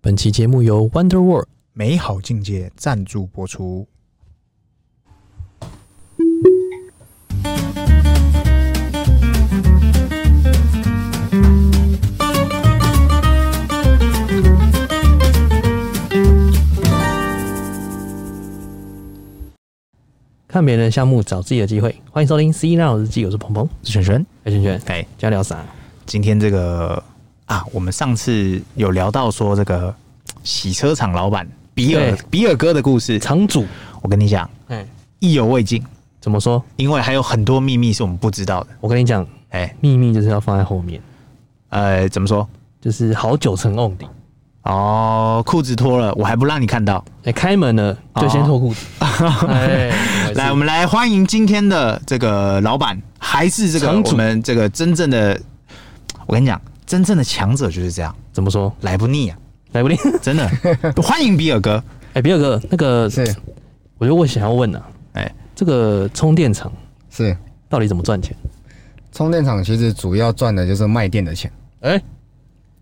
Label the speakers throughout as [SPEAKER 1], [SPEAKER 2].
[SPEAKER 1] 本期节目由 Wonder World
[SPEAKER 2] 美好境界赞助播出。
[SPEAKER 1] 看别人的项目找自己的机会，欢迎收听《C 一浪日记》，我是鹏鹏，
[SPEAKER 2] 璇璇，
[SPEAKER 1] 哎，圈圈，
[SPEAKER 2] 哎，
[SPEAKER 1] 今天聊啥？
[SPEAKER 2] 今天这个啊，我们上次有聊到说这个洗车场老板比尔
[SPEAKER 1] 对
[SPEAKER 2] 比尔哥的故事，
[SPEAKER 1] 场主，
[SPEAKER 2] 我跟你讲，
[SPEAKER 1] 哎，
[SPEAKER 2] 意犹未尽，
[SPEAKER 1] 怎么说？
[SPEAKER 2] 因为还有很多秘密是我们不知道的。
[SPEAKER 1] 我跟你讲，
[SPEAKER 2] 哎，
[SPEAKER 1] 秘密就是要放在后面，
[SPEAKER 2] 呃，怎么说？
[SPEAKER 1] 就是好酒成瓮底。
[SPEAKER 2] 哦，裤子脱了，我还不让你看到。
[SPEAKER 1] 哎，开门了就先脱裤 子。哎，
[SPEAKER 2] 来，我们来欢迎今天的这个老板，还是这个
[SPEAKER 1] 场主
[SPEAKER 2] 我们这个真正的，我跟你讲，真正的强者就是这样，
[SPEAKER 1] 怎么说？
[SPEAKER 2] 来不腻啊，
[SPEAKER 1] 来不定。
[SPEAKER 2] 真 的。欢迎比尔哥，
[SPEAKER 1] 哎，比尔哥，那个，
[SPEAKER 3] 是
[SPEAKER 1] 我就问想要问啊，
[SPEAKER 2] 哎，
[SPEAKER 1] 这个充电场
[SPEAKER 3] 是，
[SPEAKER 1] 到底怎么赚钱？
[SPEAKER 3] 充电场其实主要赚的就是卖电的钱，
[SPEAKER 1] 哎，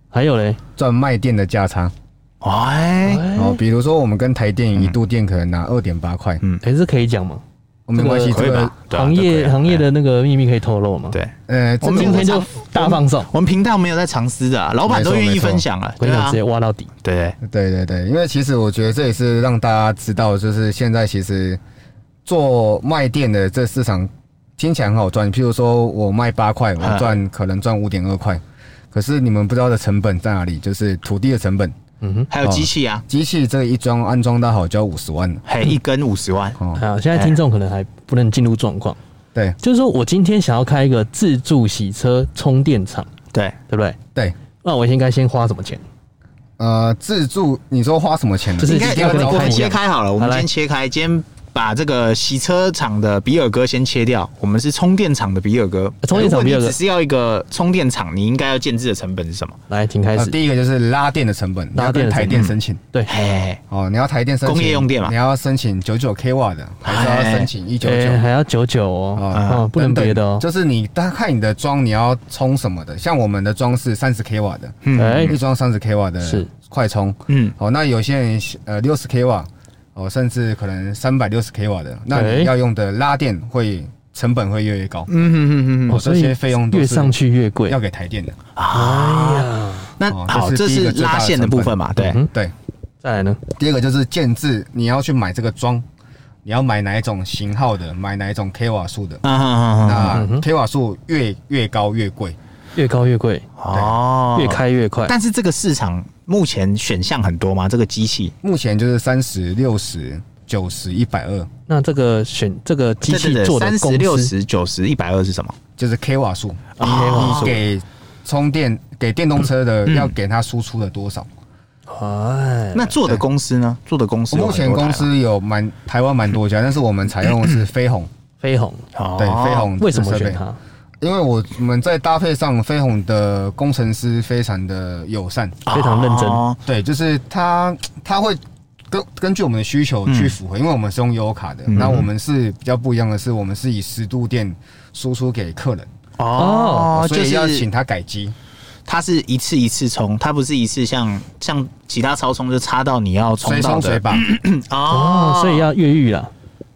[SPEAKER 1] 还有嘞，
[SPEAKER 3] 赚卖电的价差。
[SPEAKER 2] 哎，
[SPEAKER 3] 哦，比如说我们跟台电一度电可能拿二点八块，
[SPEAKER 2] 嗯
[SPEAKER 1] 哎，这可以讲吗？
[SPEAKER 3] 哦没关系，
[SPEAKER 2] 可以
[SPEAKER 3] 这个
[SPEAKER 2] 吧？对啊
[SPEAKER 1] 行业行业。
[SPEAKER 2] 都可以
[SPEAKER 1] 的
[SPEAKER 2] 啊
[SPEAKER 1] 那个秘密可以透露吗？
[SPEAKER 2] 对，
[SPEAKER 3] 呃，
[SPEAKER 2] 我
[SPEAKER 3] 这
[SPEAKER 2] 们
[SPEAKER 3] 个
[SPEAKER 1] 今
[SPEAKER 2] 今
[SPEAKER 1] 天
[SPEAKER 2] 天
[SPEAKER 1] 就
[SPEAKER 2] 就
[SPEAKER 1] 大放送，
[SPEAKER 2] 我们频道没有在藏私的啊，老板都愿意分享啊，
[SPEAKER 1] 我跟
[SPEAKER 2] 对
[SPEAKER 1] 你讲，
[SPEAKER 2] 啊
[SPEAKER 1] 直，接挖到底。
[SPEAKER 2] 对，
[SPEAKER 3] 对对对，因为其实我觉得这也是让大家知道，就是现在其实做卖电的这市场听起来很好赚，譬如说我卖八块，
[SPEAKER 2] 啊
[SPEAKER 3] 我赚可能赚五点二块，可是你们不知道的成本在哪里，就是土地的成本，
[SPEAKER 1] 嗯哼，
[SPEAKER 2] 还有机器啊，
[SPEAKER 3] 机器这一装安装到好就要五十万了。
[SPEAKER 2] 嘿，一根五十万，
[SPEAKER 3] 哦，
[SPEAKER 1] 啊，现在听众可能还不能进入状况，
[SPEAKER 2] 哎
[SPEAKER 3] 对
[SPEAKER 1] 就是说我今天想要开一个自助洗车充电场，
[SPEAKER 2] 对，
[SPEAKER 1] 对不对？
[SPEAKER 3] 对，
[SPEAKER 1] 那我应该先花什么钱？
[SPEAKER 3] 呃，自助你说花什么钱呢？
[SPEAKER 1] 就是
[SPEAKER 2] 应该
[SPEAKER 1] 一定要
[SPEAKER 2] 我
[SPEAKER 1] 跟
[SPEAKER 2] 们
[SPEAKER 1] 老板
[SPEAKER 2] 我们
[SPEAKER 1] 一
[SPEAKER 2] 切
[SPEAKER 1] 样
[SPEAKER 2] 开好了，我们
[SPEAKER 1] 好来
[SPEAKER 2] 先切开，今天把这个洗车场的比尔哥先切掉，我们是充电场的比尔哥，
[SPEAKER 1] 充电场比尔哥
[SPEAKER 2] 如果你只是要一个充电场，你应该要建制的成本是什么？
[SPEAKER 1] 来，请开
[SPEAKER 3] 呃
[SPEAKER 1] 始。
[SPEAKER 3] 第一个就是拉电的成本，你
[SPEAKER 1] 拉
[SPEAKER 3] 要
[SPEAKER 1] 电
[SPEAKER 3] 跟
[SPEAKER 1] 的成本
[SPEAKER 3] 台电申请。
[SPEAKER 1] 对，
[SPEAKER 2] 嘿，
[SPEAKER 3] 哦，你要台电申请
[SPEAKER 2] 工业用电嘛
[SPEAKER 3] 你要申请九九 k 瓦的，还是要申请一九
[SPEAKER 1] 哎还
[SPEAKER 3] 九？
[SPEAKER 1] 要九九哦
[SPEAKER 3] 啊，
[SPEAKER 1] 哦，不能
[SPEAKER 3] 等等
[SPEAKER 1] 别的哦。
[SPEAKER 3] 就是你大概看你的装你要充什么的，像我们的装是三十 k 瓦的，
[SPEAKER 1] 哎
[SPEAKER 3] 一，装三十 k 瓦的
[SPEAKER 1] 是
[SPEAKER 3] 快充。
[SPEAKER 2] 嗯，
[SPEAKER 3] 哦，那有些人呃六十 k 瓦，哦，甚至可能三百六十 k 瓦的，那
[SPEAKER 1] 哎
[SPEAKER 3] 你要用的拉电会成本会越来越高，
[SPEAKER 2] 嗯哼哼哼
[SPEAKER 1] 哦
[SPEAKER 3] 哦，这些费用都
[SPEAKER 1] 越
[SPEAKER 3] 是
[SPEAKER 1] 上去越贵哎
[SPEAKER 3] 要。给台电的。
[SPEAKER 2] 哼，啊，
[SPEAKER 1] 呀，
[SPEAKER 2] 那
[SPEAKER 3] 哦
[SPEAKER 2] 好，这
[SPEAKER 3] 这是第一
[SPEAKER 2] 是
[SPEAKER 3] 个最大
[SPEAKER 2] 拉
[SPEAKER 3] 的
[SPEAKER 2] 线的
[SPEAKER 3] 成本
[SPEAKER 2] 部分嘛，对
[SPEAKER 1] 嗯，哼
[SPEAKER 3] 对，
[SPEAKER 1] 再来呢？
[SPEAKER 3] 第二个就是建制，你要去买这个桩，你要买哪一种型号的，买哪一种 k 瓦数的。
[SPEAKER 2] 啊哈哈哈
[SPEAKER 3] 那
[SPEAKER 1] 嗯哼
[SPEAKER 3] k 瓦数越越高越贵，
[SPEAKER 1] 越高越贵，
[SPEAKER 2] 哦
[SPEAKER 1] 越开越快。
[SPEAKER 2] 但是这个市场目前选项很多吗？这个机器
[SPEAKER 3] 目前就是三十六十。九十一百二
[SPEAKER 1] 那这个选这个机器做的
[SPEAKER 2] 三
[SPEAKER 1] 公
[SPEAKER 2] 十六
[SPEAKER 1] 司，
[SPEAKER 2] 十九十一百二是什么？
[SPEAKER 3] 就是 k 瓦数，
[SPEAKER 1] 啊
[SPEAKER 2] 哦
[SPEAKER 3] 你给充电给电动车
[SPEAKER 1] 嗯
[SPEAKER 3] 的要给它输出的多少？
[SPEAKER 1] 哎，
[SPEAKER 2] 那做的公司呢？做的公司有
[SPEAKER 3] 目前
[SPEAKER 2] 很多台
[SPEAKER 3] 公
[SPEAKER 2] 吗
[SPEAKER 3] 司有蛮台湾蛮多家，但是我们采用的是飞鸿，
[SPEAKER 1] 飞鸿
[SPEAKER 2] 哦
[SPEAKER 3] 对飞鸿
[SPEAKER 1] 嗯啊为什么
[SPEAKER 3] 设备
[SPEAKER 1] 选？它？
[SPEAKER 3] 因为我们在搭配上飞鸿的工程师非常的友善，
[SPEAKER 1] 非常认真
[SPEAKER 2] 哦
[SPEAKER 3] 对，就是它它会根根据我们的需求
[SPEAKER 1] 嗯
[SPEAKER 3] 去符合，因为我们是用优卡的，那我们是比较不一样的是，我们是以十度电输出给客人，
[SPEAKER 1] 哦
[SPEAKER 2] 哦，
[SPEAKER 3] 所
[SPEAKER 2] 就
[SPEAKER 3] 以要请
[SPEAKER 2] 是
[SPEAKER 3] 他改机。
[SPEAKER 2] 它是一次一次充，它不是一次像像其他超充就插到你要充
[SPEAKER 3] 随
[SPEAKER 2] 到
[SPEAKER 3] 充随
[SPEAKER 2] 的
[SPEAKER 3] 绑，
[SPEAKER 1] 哦，所以要越狱啦，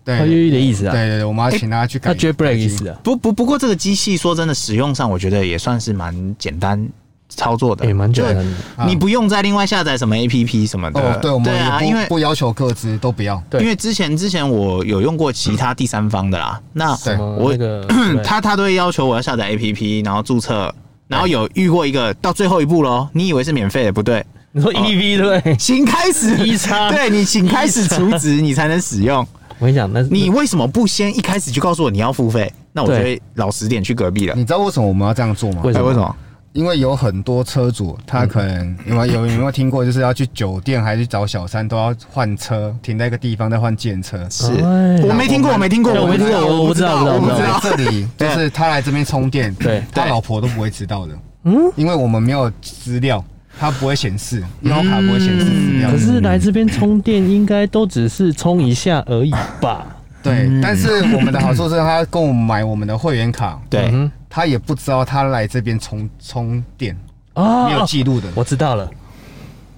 [SPEAKER 3] 对
[SPEAKER 1] 要越狱的意思
[SPEAKER 3] 对
[SPEAKER 1] 啊，
[SPEAKER 3] 对对，我们要请他去改
[SPEAKER 1] 要 j break
[SPEAKER 3] 改机
[SPEAKER 1] 意思啊。
[SPEAKER 2] 不不不过这个机器说真的，使用上我觉得也算是蛮简单操作的，
[SPEAKER 1] 也哎蛮简单的
[SPEAKER 2] 就你不用再另外下载什么 APP 什么的。
[SPEAKER 3] 哦，对，我们
[SPEAKER 2] 啊，
[SPEAKER 3] 也
[SPEAKER 2] 因
[SPEAKER 3] 不、
[SPEAKER 2] 为
[SPEAKER 3] 不要求各资都不要，
[SPEAKER 1] 对
[SPEAKER 2] 因为之前之前我有用过其他第三方的啦，那
[SPEAKER 3] 对
[SPEAKER 1] 什么
[SPEAKER 2] 我
[SPEAKER 1] 那 个
[SPEAKER 2] 他他都会要求我要下载 APP，然后注册，然后有遇过一个到最后一步喽，你以为是免费的，不对，
[SPEAKER 1] 你说
[SPEAKER 3] 哦
[SPEAKER 1] EV 对不对？
[SPEAKER 2] 请开始
[SPEAKER 1] 一叉
[SPEAKER 2] 对你请开始储值，你才能使 用。
[SPEAKER 1] 我跟你讲，那
[SPEAKER 2] 你为什么不先一开始就告诉我你要付费？那我就
[SPEAKER 1] 对
[SPEAKER 2] 会老实点去隔壁了。
[SPEAKER 3] 你知道为什么我们要这样做吗
[SPEAKER 1] 为？什
[SPEAKER 2] 哎
[SPEAKER 1] 么嗯
[SPEAKER 2] 为什么？
[SPEAKER 3] 因为有很多车主，他可能有没有有有没有听过，就是要去酒店还是去找小三，都要换车，停在一个地方再换建车。
[SPEAKER 2] 是
[SPEAKER 1] 哎
[SPEAKER 2] 我没听过，我没听过，
[SPEAKER 1] 对我没听过我不知道
[SPEAKER 2] 我
[SPEAKER 1] 我
[SPEAKER 2] 不
[SPEAKER 1] 不
[SPEAKER 2] 知
[SPEAKER 1] 知
[SPEAKER 2] 道
[SPEAKER 1] 道。
[SPEAKER 3] 这 里就是他来这边充电，
[SPEAKER 1] 对
[SPEAKER 3] 他
[SPEAKER 2] 对
[SPEAKER 3] 老婆都不会知道的，
[SPEAKER 1] 嗯，
[SPEAKER 3] 因为我们没有资料，他不会显示，银行卡不会显示资料
[SPEAKER 1] 嗯可。是来这边充电应该都只是充一下而已吧？
[SPEAKER 3] 对，
[SPEAKER 2] 嗯
[SPEAKER 3] 但是我们的好处是，他跟我们买我们的会员卡，
[SPEAKER 2] 对，
[SPEAKER 1] 嗯
[SPEAKER 3] 他也不知道他来这边充充电，
[SPEAKER 1] 哼，
[SPEAKER 3] 没 有
[SPEAKER 1] 哦，
[SPEAKER 3] 记录的。
[SPEAKER 1] 我知道了，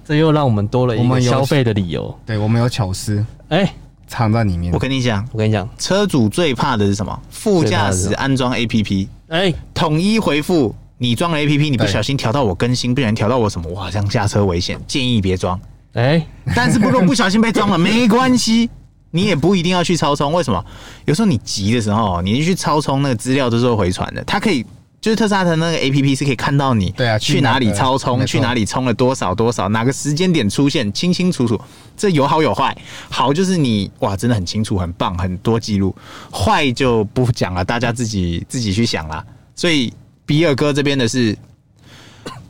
[SPEAKER 1] 这又让我们多了
[SPEAKER 3] 我
[SPEAKER 1] 一个
[SPEAKER 3] 们有
[SPEAKER 1] 消费的理由。
[SPEAKER 3] 对我们有巧思
[SPEAKER 1] 哎、
[SPEAKER 3] 藏在里面
[SPEAKER 2] 我。跟你讲，
[SPEAKER 1] 我跟你讲，
[SPEAKER 2] 车主最怕的是什么？副驾驶安装 APP，
[SPEAKER 1] 哎、
[SPEAKER 2] 统一回复。你装了 APP，你不
[SPEAKER 3] 对
[SPEAKER 2] 小心调到我更新，不然调到我什么，我好像下车危险，建议别装。
[SPEAKER 1] 哎、
[SPEAKER 2] 但是如果不小心被装了，没关系，你也不一定要去超充。为什么？有时候你急的时候，你去超充，那个资料都是会回传的，它可以。就是特斯拉的那个 A P P 是可以看到你
[SPEAKER 3] 对啊
[SPEAKER 2] 去
[SPEAKER 3] 去哪
[SPEAKER 2] 哪里
[SPEAKER 3] 个
[SPEAKER 2] 超充，
[SPEAKER 3] 没错
[SPEAKER 2] 去哪里充了多少多少，哪个时间点出现，清清楚楚。这有好有坏，好就是你哇，真的很清楚，很棒，很多记录；坏就不讲了，大家自己自己去想啦。所以比尔哥这边的是，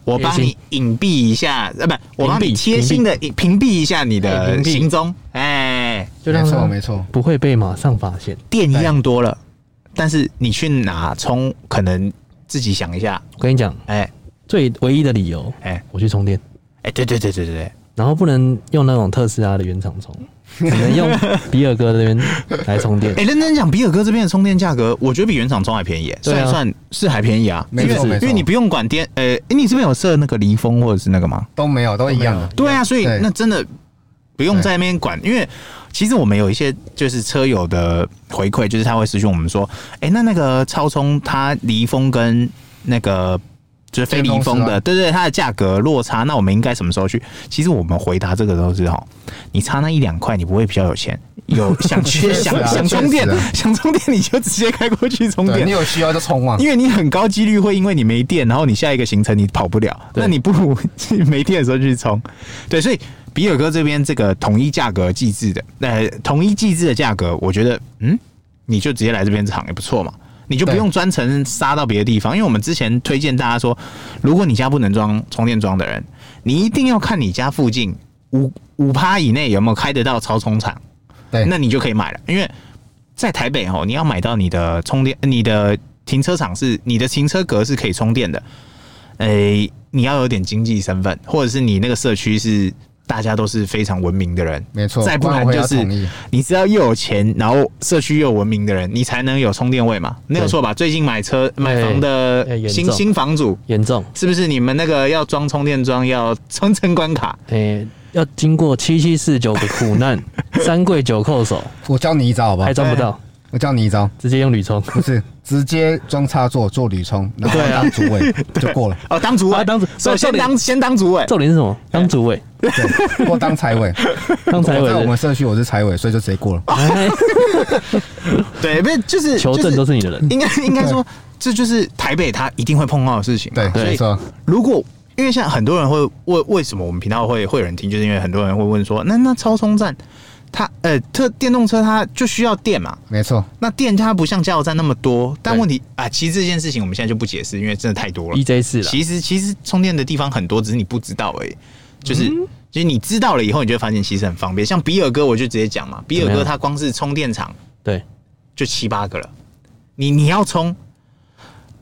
[SPEAKER 2] 我帮
[SPEAKER 1] 贴
[SPEAKER 2] 你
[SPEAKER 1] 心
[SPEAKER 2] 隐蔽一下，呃，不，我帮你
[SPEAKER 1] 屏蔽
[SPEAKER 2] 贴心的屏蔽一下你
[SPEAKER 1] 哎
[SPEAKER 2] 的
[SPEAKER 1] 屏蔽
[SPEAKER 2] 行踪，哎，
[SPEAKER 1] 就让
[SPEAKER 3] 没错
[SPEAKER 1] 他
[SPEAKER 3] 没错
[SPEAKER 1] 不会被马上发现。
[SPEAKER 2] 电一样多了，但是你去哪充，可能自己想一下，
[SPEAKER 1] 我跟你讲，
[SPEAKER 2] 哎
[SPEAKER 1] 最唯一的理由，
[SPEAKER 2] 哎
[SPEAKER 1] 我去充电，
[SPEAKER 2] 哎，对对对对对对，
[SPEAKER 1] 然后不能用那种特斯拉的原厂充，只能用比尔哥这边来充电。
[SPEAKER 2] 哎，认真讲，比尔哥这边的充电价格，我觉得比原厂充还便宜耶，
[SPEAKER 1] 对啊
[SPEAKER 2] 算一算是还便宜啊，
[SPEAKER 3] 没错
[SPEAKER 2] 因为
[SPEAKER 3] 没错
[SPEAKER 2] 因为你不用管电，呃，哎你这边有设那个离峰或者是那个吗？
[SPEAKER 3] 都没有，都一样的。
[SPEAKER 2] 对啊，所以
[SPEAKER 3] 对
[SPEAKER 2] 那真的不用在那边管，因为其实我们有一些就是车友的回馈，就是他会私讯我们说，哎、那那个超充它离峰跟那个就是非离峰
[SPEAKER 3] 电动是
[SPEAKER 2] 的，
[SPEAKER 3] 吧
[SPEAKER 2] 对对，它的价格落差，那我们应该什么时候去？其实我们回答这个都是哈，你差那一两块，你不会比较有钱，有想 去
[SPEAKER 3] 实啊
[SPEAKER 2] 想想
[SPEAKER 3] 确实啊
[SPEAKER 2] 充电，想充电你就直接开过去充
[SPEAKER 3] 对
[SPEAKER 2] 电
[SPEAKER 3] 你。有需要就啊冲嘛。
[SPEAKER 2] 因为你很高几率会因为你没电，然后你下一个行程你跑不了，
[SPEAKER 1] 对
[SPEAKER 2] 那你不如没电的时候去充。对，所以比尔哥这边这个统一价格计制的，呃，统一计制的价格，我觉得，嗯，你就直接来这边厂也不错嘛，你就不
[SPEAKER 3] 对
[SPEAKER 2] 用专程杀到别的地方。因为我们之前推荐大家说，如果你家不能装充电桩的人，你一定要看你家附近五五趴以内有没有开得到超充厂。
[SPEAKER 3] 对，
[SPEAKER 2] 那你就可以买了。因为在台北哦，你要买到你的充电，你的停车场是你的停车格是可以充电的，诶、你要有点经济身份，或者是你那个社区是大家都是非常文明的人，
[SPEAKER 3] 没错
[SPEAKER 2] 再不然
[SPEAKER 3] 不然我
[SPEAKER 2] 就
[SPEAKER 3] 要
[SPEAKER 2] 是
[SPEAKER 3] 同意
[SPEAKER 2] 你只要又有钱，然后社区又有文明的人，你才能有充电位嘛，没有错吧？最近买车买房
[SPEAKER 1] 哎哎
[SPEAKER 2] 的
[SPEAKER 1] 严
[SPEAKER 2] 新
[SPEAKER 1] 重
[SPEAKER 2] 新房主。
[SPEAKER 1] 严重，
[SPEAKER 2] 是不是你们那个要装充电桩要层层关卡？
[SPEAKER 1] 哎、要经过七七四九个苦难，三跪九叩首，
[SPEAKER 3] 我教你一招好不好
[SPEAKER 1] 还？装不到，
[SPEAKER 3] 我教你一招，
[SPEAKER 1] 直接用铝充。
[SPEAKER 3] 不是直接装插座做铝充，然后
[SPEAKER 1] 对啊
[SPEAKER 3] 当主 位就过了，
[SPEAKER 2] 哦，当主委，
[SPEAKER 1] 啊当主
[SPEAKER 2] 所以先
[SPEAKER 1] 重点
[SPEAKER 2] 当先当主委，
[SPEAKER 1] 重点是什么？当主委，
[SPEAKER 3] 对，或当财委。
[SPEAKER 1] 当 财
[SPEAKER 3] 我
[SPEAKER 1] 委
[SPEAKER 3] 在我
[SPEAKER 1] 的
[SPEAKER 3] 们，社区我是财委，所以就直接过了。
[SPEAKER 1] 哎
[SPEAKER 2] 对，不是就是
[SPEAKER 1] 求
[SPEAKER 2] 就
[SPEAKER 1] 证
[SPEAKER 2] 是
[SPEAKER 1] 都是你的人。
[SPEAKER 2] 应该应该说，这就是台北它一定会碰到的事情嘛。
[SPEAKER 3] 对，
[SPEAKER 1] 对
[SPEAKER 2] 所
[SPEAKER 3] 没
[SPEAKER 2] 以
[SPEAKER 3] 错，
[SPEAKER 2] 如果因为现在很多人会问为什么我们频道会会有人听，就是因为很多人会问说，那那超充站它呃特电动车它就需要电嘛？
[SPEAKER 3] 没错。
[SPEAKER 2] 那电它不像加油站那么多，但
[SPEAKER 1] 对
[SPEAKER 2] 问题啊，其实这件事情我们现在就不解释，因为真的太多了。
[SPEAKER 1] EJ 四了，
[SPEAKER 2] 其实其实充电的地方很多，只是你不知道而已。就是、就是你知道了以后，你就会发现其实很方便。像比尔哥，我就直接讲嘛，比
[SPEAKER 1] 怎
[SPEAKER 2] 尔
[SPEAKER 1] 么
[SPEAKER 2] 哥
[SPEAKER 1] 样
[SPEAKER 2] 他光是充电场
[SPEAKER 1] 对，
[SPEAKER 2] 就七八个了，你你要充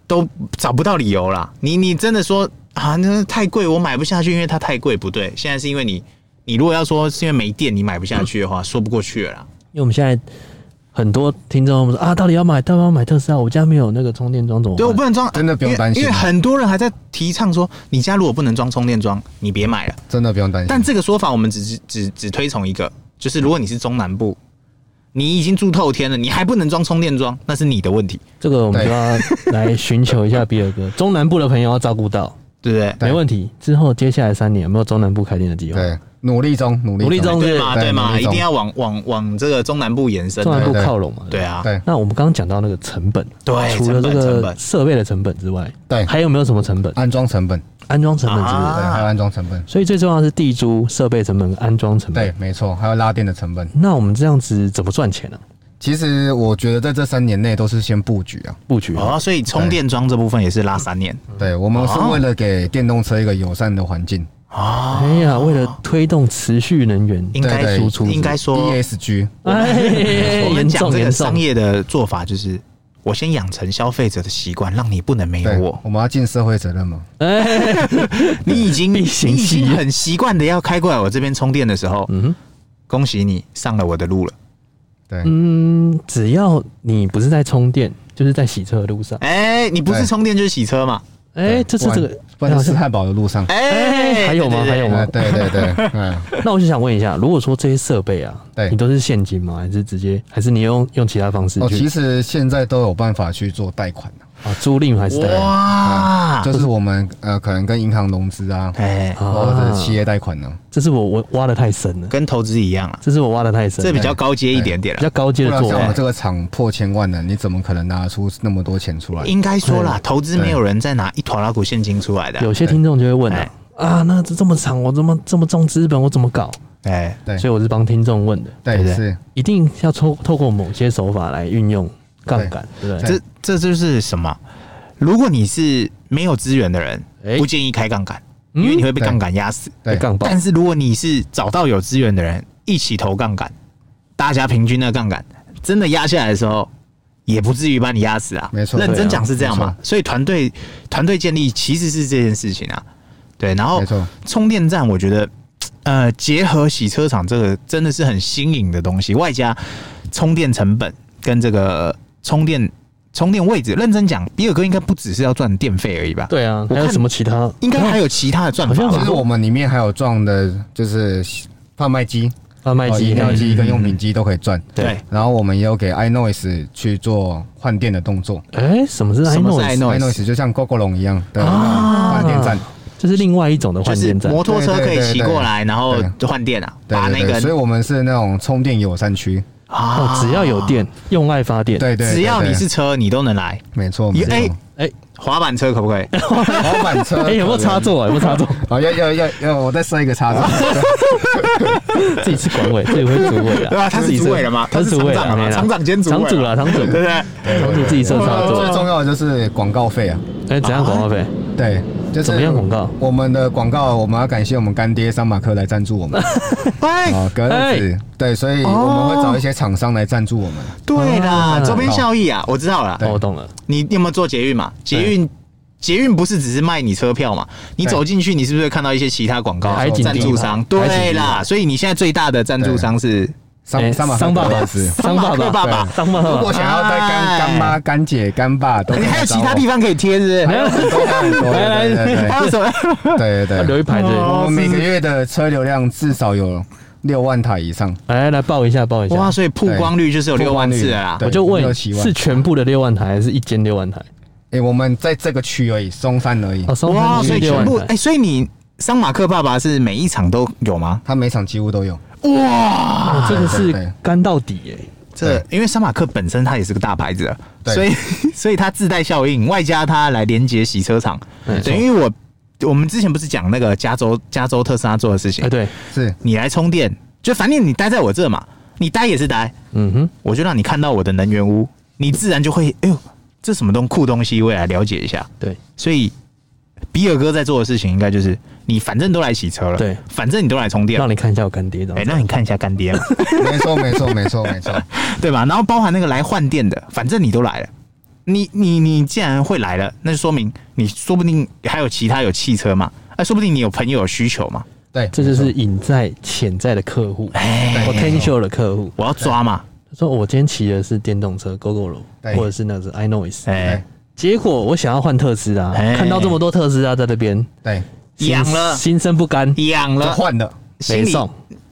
[SPEAKER 2] 都找不到理由啦。你你真的说啊，那太贵，我买不下去，因为它太贵，不对。现在是因为你，你如果要说是因为没电你买不下去的话，说不过去了啦。
[SPEAKER 1] 因为我们现在很多听众我们说啊，到底要买，到底要买特斯拉？我家没有那个充电桩，怎么
[SPEAKER 2] 对我
[SPEAKER 1] 办？
[SPEAKER 2] 不能装，
[SPEAKER 3] 真的不用
[SPEAKER 2] 因为
[SPEAKER 3] 担心
[SPEAKER 2] 因为很多人还在提倡说，你家如果不能装充电桩，你别买了。
[SPEAKER 3] 真的不用担心。
[SPEAKER 2] 但这个说法我们只只只只推崇一个，就是如果你是中南部。你已经住透天了，你还不能装充电桩，那是你的问题，
[SPEAKER 1] 这个我们
[SPEAKER 3] 对
[SPEAKER 1] 就要来寻求一下比尔哥，中南部的朋友要照顾到，
[SPEAKER 2] 对不对？
[SPEAKER 3] 对
[SPEAKER 1] 没问题。之后接下来三年有没有中南部开店的计划？
[SPEAKER 3] 对，努力中，努力
[SPEAKER 1] 努力中
[SPEAKER 2] 对嘛，
[SPEAKER 3] 对
[SPEAKER 2] 对嘛，
[SPEAKER 3] 没
[SPEAKER 2] 一
[SPEAKER 3] 错
[SPEAKER 2] 定要往往往这个中南部延伸
[SPEAKER 1] 中
[SPEAKER 2] 的。
[SPEAKER 1] 南部
[SPEAKER 3] 对对
[SPEAKER 1] 靠拢嘛。
[SPEAKER 2] 对。啊，
[SPEAKER 3] 对
[SPEAKER 1] 那我们刚刚讲到那个成本，
[SPEAKER 2] 对
[SPEAKER 1] 除了这
[SPEAKER 2] 成本成
[SPEAKER 1] 个
[SPEAKER 2] 本
[SPEAKER 1] 设备的成本之外，
[SPEAKER 3] 对
[SPEAKER 1] 还有没有什么成本？
[SPEAKER 3] 安装成本，
[SPEAKER 1] 安装成本是不是？
[SPEAKER 3] 对，
[SPEAKER 2] 啊
[SPEAKER 3] 还有安装成本，
[SPEAKER 1] 所以最重要的是地租、设备成本、安装成
[SPEAKER 3] 对
[SPEAKER 1] 本。，
[SPEAKER 3] 没错，还有拉电的成本。
[SPEAKER 1] 那我们这样子怎么赚钱呢？
[SPEAKER 3] 其实我觉得在这三年内都是先布局啊。
[SPEAKER 1] 布局
[SPEAKER 2] 哦，所以充电桩这部分也是拉三年
[SPEAKER 1] 嗯
[SPEAKER 3] 对，我们是为了给电动车一个友善的环境
[SPEAKER 2] 啊，
[SPEAKER 1] 哎呀，为了推动持续能源，
[SPEAKER 2] 应该
[SPEAKER 3] 对
[SPEAKER 1] 输出
[SPEAKER 2] 应该说，
[SPEAKER 3] E ，ESG。
[SPEAKER 1] 哎，
[SPEAKER 2] 我们
[SPEAKER 1] 严
[SPEAKER 2] 讲
[SPEAKER 1] 重
[SPEAKER 2] 这
[SPEAKER 1] 严
[SPEAKER 2] 个商
[SPEAKER 1] 重，
[SPEAKER 2] 业的做法就是，我先养成消费者的习惯，让你不能没有
[SPEAKER 3] 对，
[SPEAKER 2] 我。
[SPEAKER 3] 我们要尽社会责任嘛。
[SPEAKER 1] 哎，
[SPEAKER 2] 你 已经你
[SPEAKER 1] 例
[SPEAKER 2] 已
[SPEAKER 1] 行企业
[SPEAKER 2] 经很习惯的要开过来我这边充电的时候，
[SPEAKER 1] 嗯
[SPEAKER 2] 恭喜你上了我的路了。
[SPEAKER 3] 对，
[SPEAKER 1] 嗯，只要你不是在充电，就是在洗车的路上，
[SPEAKER 2] 哎，你不是
[SPEAKER 3] 对
[SPEAKER 2] 充电就是洗车嘛？
[SPEAKER 1] 哎，这是这个，
[SPEAKER 3] 不然
[SPEAKER 1] 好
[SPEAKER 3] 就吃
[SPEAKER 1] 像
[SPEAKER 3] 汉堡的路上。
[SPEAKER 2] 哎、
[SPEAKER 1] 还有吗
[SPEAKER 2] 对对对
[SPEAKER 1] 还有吗
[SPEAKER 3] 啊，对对对， 嗯，
[SPEAKER 1] 那我就想问一下，如果说这些设备啊，
[SPEAKER 3] 对
[SPEAKER 1] 你都是现金吗？还是直接，还是你用用其他方式
[SPEAKER 3] 哦，
[SPEAKER 1] 去
[SPEAKER 3] 其实现在都有办法去做贷款的
[SPEAKER 1] 啊租赁还是贷款？
[SPEAKER 2] 哇，
[SPEAKER 1] 啊
[SPEAKER 3] 就是我们呃可能跟银行融资啊，
[SPEAKER 2] 哎、
[SPEAKER 3] 或者
[SPEAKER 1] 啊
[SPEAKER 3] 是企业贷款呢，
[SPEAKER 1] 这是我我挖的太深了，
[SPEAKER 2] 跟投资一样啊，
[SPEAKER 1] 这是我挖的太深
[SPEAKER 2] 这
[SPEAKER 1] 了，
[SPEAKER 2] 比较高阶一点点啊
[SPEAKER 1] 哎比较
[SPEAKER 2] 了。
[SPEAKER 1] 高阶
[SPEAKER 3] 不
[SPEAKER 1] 的
[SPEAKER 3] 然
[SPEAKER 1] 做
[SPEAKER 3] 像我
[SPEAKER 1] 法
[SPEAKER 3] 们。这个厂破千万的，你怎么可能拿出那么多钱出来？
[SPEAKER 2] 应该说啦，投资没有人再拿一坨拉股现金出来的啊。
[SPEAKER 1] 有些听众就会问啊
[SPEAKER 2] 哎，
[SPEAKER 1] 啊，那这这么长，我怎么这么重资本，我怎么搞？
[SPEAKER 2] 哎，
[SPEAKER 3] 对
[SPEAKER 1] 所以我是帮听众问的，
[SPEAKER 2] 对对
[SPEAKER 3] 对，是
[SPEAKER 1] 一定要透透过某些手法来运用杠杆，对不对？
[SPEAKER 2] 这这就是什么？如果你是没有资源的人，
[SPEAKER 1] 哎
[SPEAKER 2] 不建议开杠杆，
[SPEAKER 1] 嗯
[SPEAKER 2] 因为你会被杠杆压死。
[SPEAKER 1] 被
[SPEAKER 3] 对
[SPEAKER 1] 杠爆
[SPEAKER 2] 但是如果你是找到有资源的人一起投杠杆，大家平均的杠杆，真的压下来的时候，也不至于把你压死啊。
[SPEAKER 3] 没错
[SPEAKER 2] 认真
[SPEAKER 1] 对啊
[SPEAKER 2] 讲是这样
[SPEAKER 3] 没
[SPEAKER 2] 嘛。所以团队团队建立其实是这件事情啊。对，然后
[SPEAKER 3] 没错
[SPEAKER 2] 充电站，我觉得，呃，结合洗车场这个真的是很新颖的东西，外加充电成本跟这个充电充电位置，认真讲，比尔哥应该不只是要赚电费而已吧？，
[SPEAKER 1] 对啊，
[SPEAKER 2] 我
[SPEAKER 1] 还有
[SPEAKER 2] 看
[SPEAKER 1] 什么其他？
[SPEAKER 2] 应该还有其他的赚法
[SPEAKER 1] 好像
[SPEAKER 3] 其
[SPEAKER 2] 吧
[SPEAKER 3] 实？我们里面还有撞的，就是贩卖机、
[SPEAKER 1] 贩卖
[SPEAKER 3] 哦
[SPEAKER 1] 机、
[SPEAKER 3] 饮料机跟
[SPEAKER 1] 嗯
[SPEAKER 3] 用品机都可以赚。
[SPEAKER 2] 对，
[SPEAKER 3] 然后我们也有给 iNoise 去做换电的动作
[SPEAKER 1] 哎，什么是
[SPEAKER 2] 什么是
[SPEAKER 1] iNoise？
[SPEAKER 2] iNoise？
[SPEAKER 3] ，iNoise 就像 GoGo 龙一样的
[SPEAKER 1] 啊
[SPEAKER 3] 换电站。
[SPEAKER 1] 这是另外一种的
[SPEAKER 2] 就
[SPEAKER 1] 换
[SPEAKER 2] 是
[SPEAKER 1] 电站，
[SPEAKER 2] 摩托车可以
[SPEAKER 3] 对对对
[SPEAKER 2] 骑
[SPEAKER 3] 对
[SPEAKER 2] 过来，然后
[SPEAKER 3] 对
[SPEAKER 2] 就换电啊，
[SPEAKER 3] 对
[SPEAKER 2] 把那
[SPEAKER 3] 对对，所以
[SPEAKER 2] 个
[SPEAKER 3] 我们是那种充电友善区。
[SPEAKER 1] 哦
[SPEAKER 2] 啊，
[SPEAKER 1] 只要有，电，用爱发电。
[SPEAKER 3] 对对，对
[SPEAKER 2] 只要
[SPEAKER 3] 对
[SPEAKER 2] 你是车，你都能来。
[SPEAKER 3] 没错，
[SPEAKER 2] 你
[SPEAKER 3] 没
[SPEAKER 2] 哎
[SPEAKER 3] 错。，
[SPEAKER 1] 哎
[SPEAKER 2] 滑板车可不 可以？
[SPEAKER 3] 滑板车
[SPEAKER 1] 哎，有没有插？座啊？有没有插座？
[SPEAKER 3] 啊，要要要要，我再设一 个插座。
[SPEAKER 1] 自己是管委，自己会主委啊。
[SPEAKER 2] 对啊，他是主委了嘛，
[SPEAKER 1] 他是主委
[SPEAKER 2] 厂长了嘛，
[SPEAKER 1] 啊
[SPEAKER 2] 厂长兼主委
[SPEAKER 1] 厂
[SPEAKER 2] 嘛，
[SPEAKER 1] 主了，厂主，
[SPEAKER 2] 对不对？
[SPEAKER 1] 厂主自己设插
[SPEAKER 3] 最
[SPEAKER 1] 座。
[SPEAKER 3] 重要的就是广告费啊，
[SPEAKER 1] 哎，怎样广告费？
[SPEAKER 3] 对，就是
[SPEAKER 1] 怎么样广告？
[SPEAKER 3] 我们的广告，我们要感谢我们干爹桑马克来赞助我们
[SPEAKER 2] 哎，
[SPEAKER 3] 啊，格
[SPEAKER 1] 哎
[SPEAKER 3] 日子，对，所以我们会找一些厂商来赞助我们。
[SPEAKER 2] 对啦，
[SPEAKER 3] 哦
[SPEAKER 1] 啊
[SPEAKER 2] 周边效益啊，我知道了。
[SPEAKER 1] 哦，我懂了。
[SPEAKER 2] 你你有没有做捷运嘛？捷运捷运不是只是卖你车票嘛？你
[SPEAKER 3] 对
[SPEAKER 2] 走进去，你是不是会看到一些其他广告
[SPEAKER 1] 海景
[SPEAKER 2] 赞助商？
[SPEAKER 1] 地毯
[SPEAKER 2] 对
[SPEAKER 1] 海景地
[SPEAKER 2] 啦，
[SPEAKER 1] 毯
[SPEAKER 2] 所以你现在最大的赞助商是
[SPEAKER 1] 哎
[SPEAKER 3] 桑桑马克
[SPEAKER 1] 桑爸
[SPEAKER 3] 格
[SPEAKER 1] 爸，
[SPEAKER 3] 日子，
[SPEAKER 1] 桑爸
[SPEAKER 2] 桑
[SPEAKER 1] 爸
[SPEAKER 2] 爸爸
[SPEAKER 1] 对桑爸哎
[SPEAKER 3] 如
[SPEAKER 1] 爸
[SPEAKER 3] 果想要带
[SPEAKER 2] 哎
[SPEAKER 3] 干干妈、干姐、干爸都可 以
[SPEAKER 2] 你还有
[SPEAKER 3] 找
[SPEAKER 2] 其他
[SPEAKER 3] 我
[SPEAKER 2] 地方可以贴，是不是？
[SPEAKER 1] 没有
[SPEAKER 3] 都很多，
[SPEAKER 1] 来哎来啊
[SPEAKER 3] 对对 对
[SPEAKER 2] 还有什么？
[SPEAKER 3] 对对对
[SPEAKER 1] 留一排队。
[SPEAKER 2] 哦
[SPEAKER 3] 我们每个月的车流量至少有六万台以上，
[SPEAKER 1] 来来报一下，报一
[SPEAKER 2] 哇，
[SPEAKER 1] 下。
[SPEAKER 2] 所以曝光率就是有六万次了啦
[SPEAKER 3] 曝光率。对
[SPEAKER 1] 我就
[SPEAKER 3] 六
[SPEAKER 1] 问，
[SPEAKER 3] 七万
[SPEAKER 1] 是全部的六万台，还是一间六万台？
[SPEAKER 3] 诶，哎我们在这个区而已，松山而已
[SPEAKER 1] 哦，，松
[SPEAKER 2] 嗯哇，
[SPEAKER 1] 山
[SPEAKER 2] 所
[SPEAKER 1] 区
[SPEAKER 2] 以
[SPEAKER 1] 六
[SPEAKER 2] 全
[SPEAKER 1] 万
[SPEAKER 2] 部
[SPEAKER 1] 台
[SPEAKER 2] 哎，。所以你桑马克爸爸是每一场都有吗？
[SPEAKER 3] 它每场几乎都有。
[SPEAKER 2] 哇，
[SPEAKER 1] 哦这个
[SPEAKER 3] 对对
[SPEAKER 1] 是
[SPEAKER 3] 对
[SPEAKER 1] 干到底耶。
[SPEAKER 2] 这因为桑马克本身它也是个大牌子了，
[SPEAKER 3] 对
[SPEAKER 2] 所以 所以它自带效应，外加它来连接洗车场
[SPEAKER 1] 没，错
[SPEAKER 2] 等于我我们之前不是讲那个加州加州特斯拉做的事情，
[SPEAKER 1] 哎，对，
[SPEAKER 3] 是，
[SPEAKER 2] 你来充电，就反正你待在我这嘛，你待也是待，
[SPEAKER 1] 嗯哼，
[SPEAKER 2] 我就让你看到我的能源屋，你自然就会哎呦，这什么东酷东西，我也来了解一下。
[SPEAKER 1] 对，
[SPEAKER 2] 所以比尔哥在做的事情应该就是，你反正都来洗车了，
[SPEAKER 1] 对
[SPEAKER 2] 反正你都来充电了
[SPEAKER 1] 让，你看一下我干爹长
[SPEAKER 2] 哎、
[SPEAKER 1] 什么
[SPEAKER 2] 让你看一下干爹嘛。
[SPEAKER 3] 没错，没错，没错，没错。
[SPEAKER 2] 对吧？然后包含那个来换电的，反正你都来了，你你你既然会来了，那就说明你说不定还有其他有汽车嘛，哎、说不定你有朋友有需求嘛，
[SPEAKER 3] 对，
[SPEAKER 1] 这就
[SPEAKER 3] 没
[SPEAKER 1] 是
[SPEAKER 3] 错
[SPEAKER 1] 隐在潜在的客户
[SPEAKER 2] 哎
[SPEAKER 1] ，potential 的客户。
[SPEAKER 2] 我要抓嘛，
[SPEAKER 1] 他说我今天骑的是电动车 GoGoRo，
[SPEAKER 3] 对
[SPEAKER 1] 或者是那是 iNoise，
[SPEAKER 2] 哎、
[SPEAKER 1] 结果我想要换特斯拉，
[SPEAKER 2] 哎
[SPEAKER 1] 看到这么多特斯拉在这边，
[SPEAKER 3] 对，
[SPEAKER 1] 心
[SPEAKER 2] 痒了
[SPEAKER 1] 心生不甘，
[SPEAKER 2] 痒
[SPEAKER 3] 就
[SPEAKER 2] 了，
[SPEAKER 3] 换了。
[SPEAKER 2] 心
[SPEAKER 1] 没
[SPEAKER 2] 里
[SPEAKER 1] 送，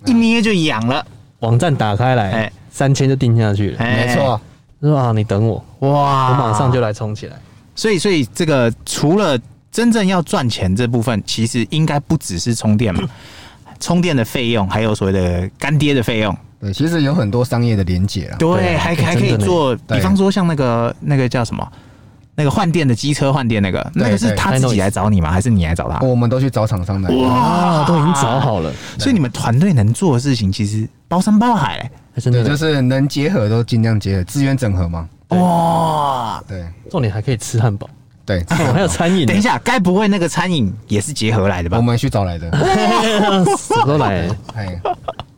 [SPEAKER 2] 一捏就痒了，
[SPEAKER 1] 网站打开来
[SPEAKER 2] 哎，
[SPEAKER 1] 三千就定下去了。
[SPEAKER 2] 哎
[SPEAKER 3] 没错，
[SPEAKER 1] 他说啊，你等我，
[SPEAKER 2] 哇，
[SPEAKER 1] 我马上就，来冲起来。
[SPEAKER 2] 所以所以这个除了真正要赚钱这部分，其实应该不只是充电嘛，充电的费用，还有所谓的干爹的费用，
[SPEAKER 3] 对，其实有很多商业的连结啦。
[SPEAKER 2] 对，
[SPEAKER 1] 对
[SPEAKER 2] 还
[SPEAKER 1] 哎
[SPEAKER 2] 还可以
[SPEAKER 1] 真的呢
[SPEAKER 2] 做，
[SPEAKER 3] 对
[SPEAKER 2] 比方说像那个那个叫什么，那个换电的机车换电那个，
[SPEAKER 3] 对哦
[SPEAKER 2] 那个是他自己来找你吗？还是你来找他？
[SPEAKER 3] 我们都去找厂商来。
[SPEAKER 1] 哇，
[SPEAKER 2] 啊
[SPEAKER 1] 都已经找好了，
[SPEAKER 2] 所以你们团队能做的事情其实包山包海嘞。
[SPEAKER 1] 哎真
[SPEAKER 3] 对，
[SPEAKER 1] 的
[SPEAKER 3] 就
[SPEAKER 1] 呢，
[SPEAKER 3] 是能结合都尽量结合，资源整合嘛。
[SPEAKER 2] 哇！
[SPEAKER 3] 对
[SPEAKER 1] 重点还可以吃汉 堡，
[SPEAKER 3] 对，
[SPEAKER 1] 哦还有餐饮呢。
[SPEAKER 2] 等一下，该不会那个餐饮也是结合来的吧
[SPEAKER 3] 我？们去找来的。
[SPEAKER 1] 什么都来，
[SPEAKER 3] 哎，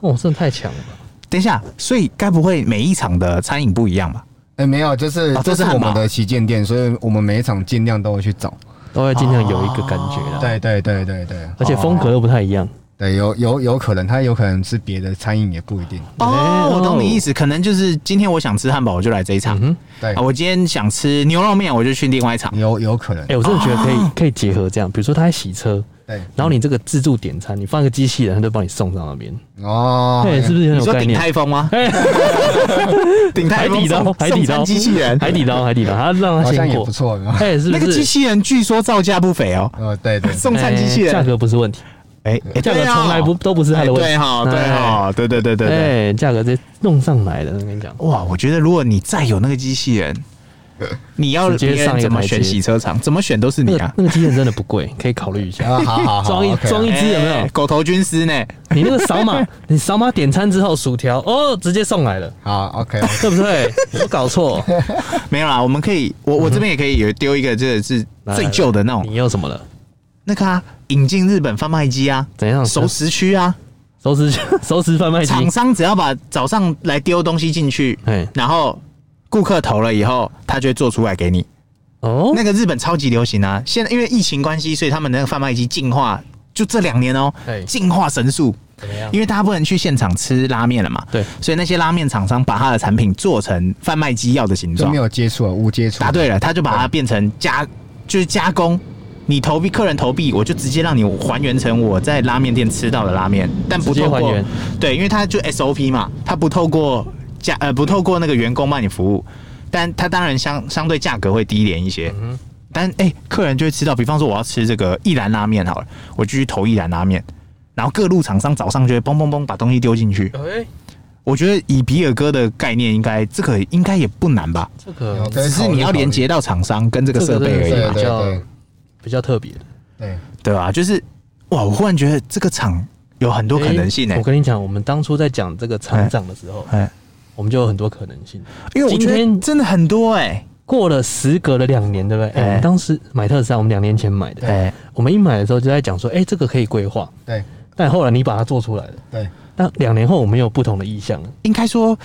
[SPEAKER 1] 哦，真的太强了吧！
[SPEAKER 2] 等一下，所以该不会每一场的餐饮不一样吧？
[SPEAKER 3] 哎，没有，就是
[SPEAKER 2] 啊
[SPEAKER 3] 这
[SPEAKER 2] 这是
[SPEAKER 3] 是
[SPEAKER 2] 汉堡
[SPEAKER 3] 我们的旗舰店，所以我们每一场
[SPEAKER 1] 哦
[SPEAKER 3] 尽量都会去找。
[SPEAKER 2] 啊
[SPEAKER 1] 都会尽量有一个感觉啦。
[SPEAKER 3] 对对对对对，
[SPEAKER 2] 哦
[SPEAKER 1] 而且风格都不太一样，
[SPEAKER 3] 对，有有有可能，它有可能是别的餐饮也不一定。
[SPEAKER 2] 哦，我懂你意思，可能就是今天我想吃汉堡，我就来这一场。
[SPEAKER 1] 嗯哼
[SPEAKER 3] 对
[SPEAKER 2] 啊，，我今天想吃牛肉面，我就去另外一场。
[SPEAKER 3] 有有可能
[SPEAKER 1] 哎、。我真的
[SPEAKER 2] 啊
[SPEAKER 1] 觉得可以可以结合这样，比如说他在洗车，
[SPEAKER 3] 对，
[SPEAKER 1] 然后你这个自助点餐，你放一个机器人，他就帮你送到那边，
[SPEAKER 3] 哦，
[SPEAKER 1] 对，是不是很
[SPEAKER 2] 你
[SPEAKER 1] 有
[SPEAKER 2] 说
[SPEAKER 1] 概
[SPEAKER 2] 顶
[SPEAKER 1] 念？哎
[SPEAKER 2] 泰丰 吗？顶 泰
[SPEAKER 1] 海
[SPEAKER 2] 丰
[SPEAKER 1] 底捞
[SPEAKER 2] 送，
[SPEAKER 1] 海底
[SPEAKER 2] 送餐
[SPEAKER 1] 捞
[SPEAKER 2] 机器人，
[SPEAKER 1] 海底捞，海底捞，他让他
[SPEAKER 3] 好像
[SPEAKER 1] 先
[SPEAKER 3] 也
[SPEAKER 1] 过
[SPEAKER 3] 不，错。有没有
[SPEAKER 1] 哎、是不
[SPEAKER 2] 那
[SPEAKER 1] 是？
[SPEAKER 2] 个机器人据说造价不菲哦。
[SPEAKER 3] 呃，对对，
[SPEAKER 2] 送餐机器
[SPEAKER 1] 哎价
[SPEAKER 2] 人，
[SPEAKER 1] 格不是问题，
[SPEAKER 2] 哎，哎
[SPEAKER 1] 价格从来不都不是他的问题
[SPEAKER 2] 对哈，对哈，对对对对对。
[SPEAKER 1] 哎，价格直接弄上来了，我跟你讲，
[SPEAKER 2] 哇，我觉得如果你再有那个机器 人，你要
[SPEAKER 1] 直接
[SPEAKER 2] 别人
[SPEAKER 1] 上一个
[SPEAKER 2] 怎么
[SPEAKER 1] 台阶
[SPEAKER 2] 选洗车场，怎么选都是
[SPEAKER 1] 那
[SPEAKER 2] 你
[SPEAKER 1] 个
[SPEAKER 2] 啊。
[SPEAKER 1] 那个机器人真的不贵，可以考虑一下。
[SPEAKER 3] 啊，好 好好，
[SPEAKER 1] 装一
[SPEAKER 3] OK 啊
[SPEAKER 1] 装一只有没有
[SPEAKER 2] 哎狗头军师呢？
[SPEAKER 1] 你那个扫 码，你扫码点餐之后，薯条哦直接送来了，
[SPEAKER 3] 好 OK，
[SPEAKER 1] 对不 对？有搞错？
[SPEAKER 2] 没有啦，我们可以，我我这边也可以有丢一个，这是
[SPEAKER 1] 来
[SPEAKER 2] 最旧的那种
[SPEAKER 1] 你又什么了？
[SPEAKER 2] 那个啊，引进日本贩卖机啊，
[SPEAKER 1] 怎样？
[SPEAKER 2] 熟食区啊，
[SPEAKER 1] 熟食 熟食贩卖机？
[SPEAKER 2] 厂商只要把早上来丢东西进去
[SPEAKER 1] 哎，
[SPEAKER 2] 然后顾客投了以后，他就会做出来给你。
[SPEAKER 1] 哦，
[SPEAKER 2] 那个日本超级流行啊！现在因为疫情关系，所以他们那个贩卖机进化，就这两年哦、
[SPEAKER 1] 对
[SPEAKER 2] 进化神速。
[SPEAKER 1] 怎么样？
[SPEAKER 2] 因为大家不能去现场吃拉面了嘛，
[SPEAKER 1] 对，
[SPEAKER 2] 所以那些拉面厂商把他的产品做成贩卖机要的形
[SPEAKER 3] 就
[SPEAKER 2] 状
[SPEAKER 3] 没。有接触了，无接触。
[SPEAKER 2] 答对了，他就把它变成加，就是加工。你投币，客人投币，我就直接让你还原成我在拉面店吃到的拉面，但不
[SPEAKER 1] 直接
[SPEAKER 2] 透
[SPEAKER 1] 还
[SPEAKER 2] 过
[SPEAKER 1] 原
[SPEAKER 2] 对，因为它就 SOP 嘛，它不透过加呃不透过那个员工帮你服务，但它当然相相对价格会低廉一些。
[SPEAKER 1] 嗯
[SPEAKER 2] 但哎、客人就会吃到，比方说我要吃这个一兰拉面好了，我就去投一兰拉面，然后各路厂商早上就会嘣嘣嘣把东西丢进去。
[SPEAKER 1] 哎，
[SPEAKER 2] 我觉得以比尔哥的概念，应该这个应该也不难吧？
[SPEAKER 1] 这个
[SPEAKER 3] 有
[SPEAKER 2] 只是你要连接到厂商跟这个设备而
[SPEAKER 1] 这
[SPEAKER 2] 已
[SPEAKER 1] 个
[SPEAKER 2] 嘛，
[SPEAKER 1] 比
[SPEAKER 3] 对
[SPEAKER 1] 较
[SPEAKER 3] 对
[SPEAKER 1] 比较特别，
[SPEAKER 3] 对，
[SPEAKER 2] 对吧、就是哇，我忽然觉得这个厂有很多可能性呢、欸
[SPEAKER 1] 哎我跟你讲，我们当初在讲这个厂长的时候，
[SPEAKER 2] 哎，
[SPEAKER 1] 我们就有很多可能性。
[SPEAKER 2] 因为我觉
[SPEAKER 1] 今
[SPEAKER 2] 得
[SPEAKER 1] 天
[SPEAKER 2] 真的很多哎、
[SPEAKER 1] 过了时隔了两年，对不对？哎、
[SPEAKER 2] 哎
[SPEAKER 1] 我们当时买特斯拉，我们两年前买的。
[SPEAKER 2] 哎，
[SPEAKER 1] 我们一买的时候就在讲说，哎、这个可以规划。
[SPEAKER 3] 对
[SPEAKER 1] 但后来你把它做出来了，
[SPEAKER 3] 对，
[SPEAKER 1] 那两年后我们有不同的意向了，
[SPEAKER 2] 应该说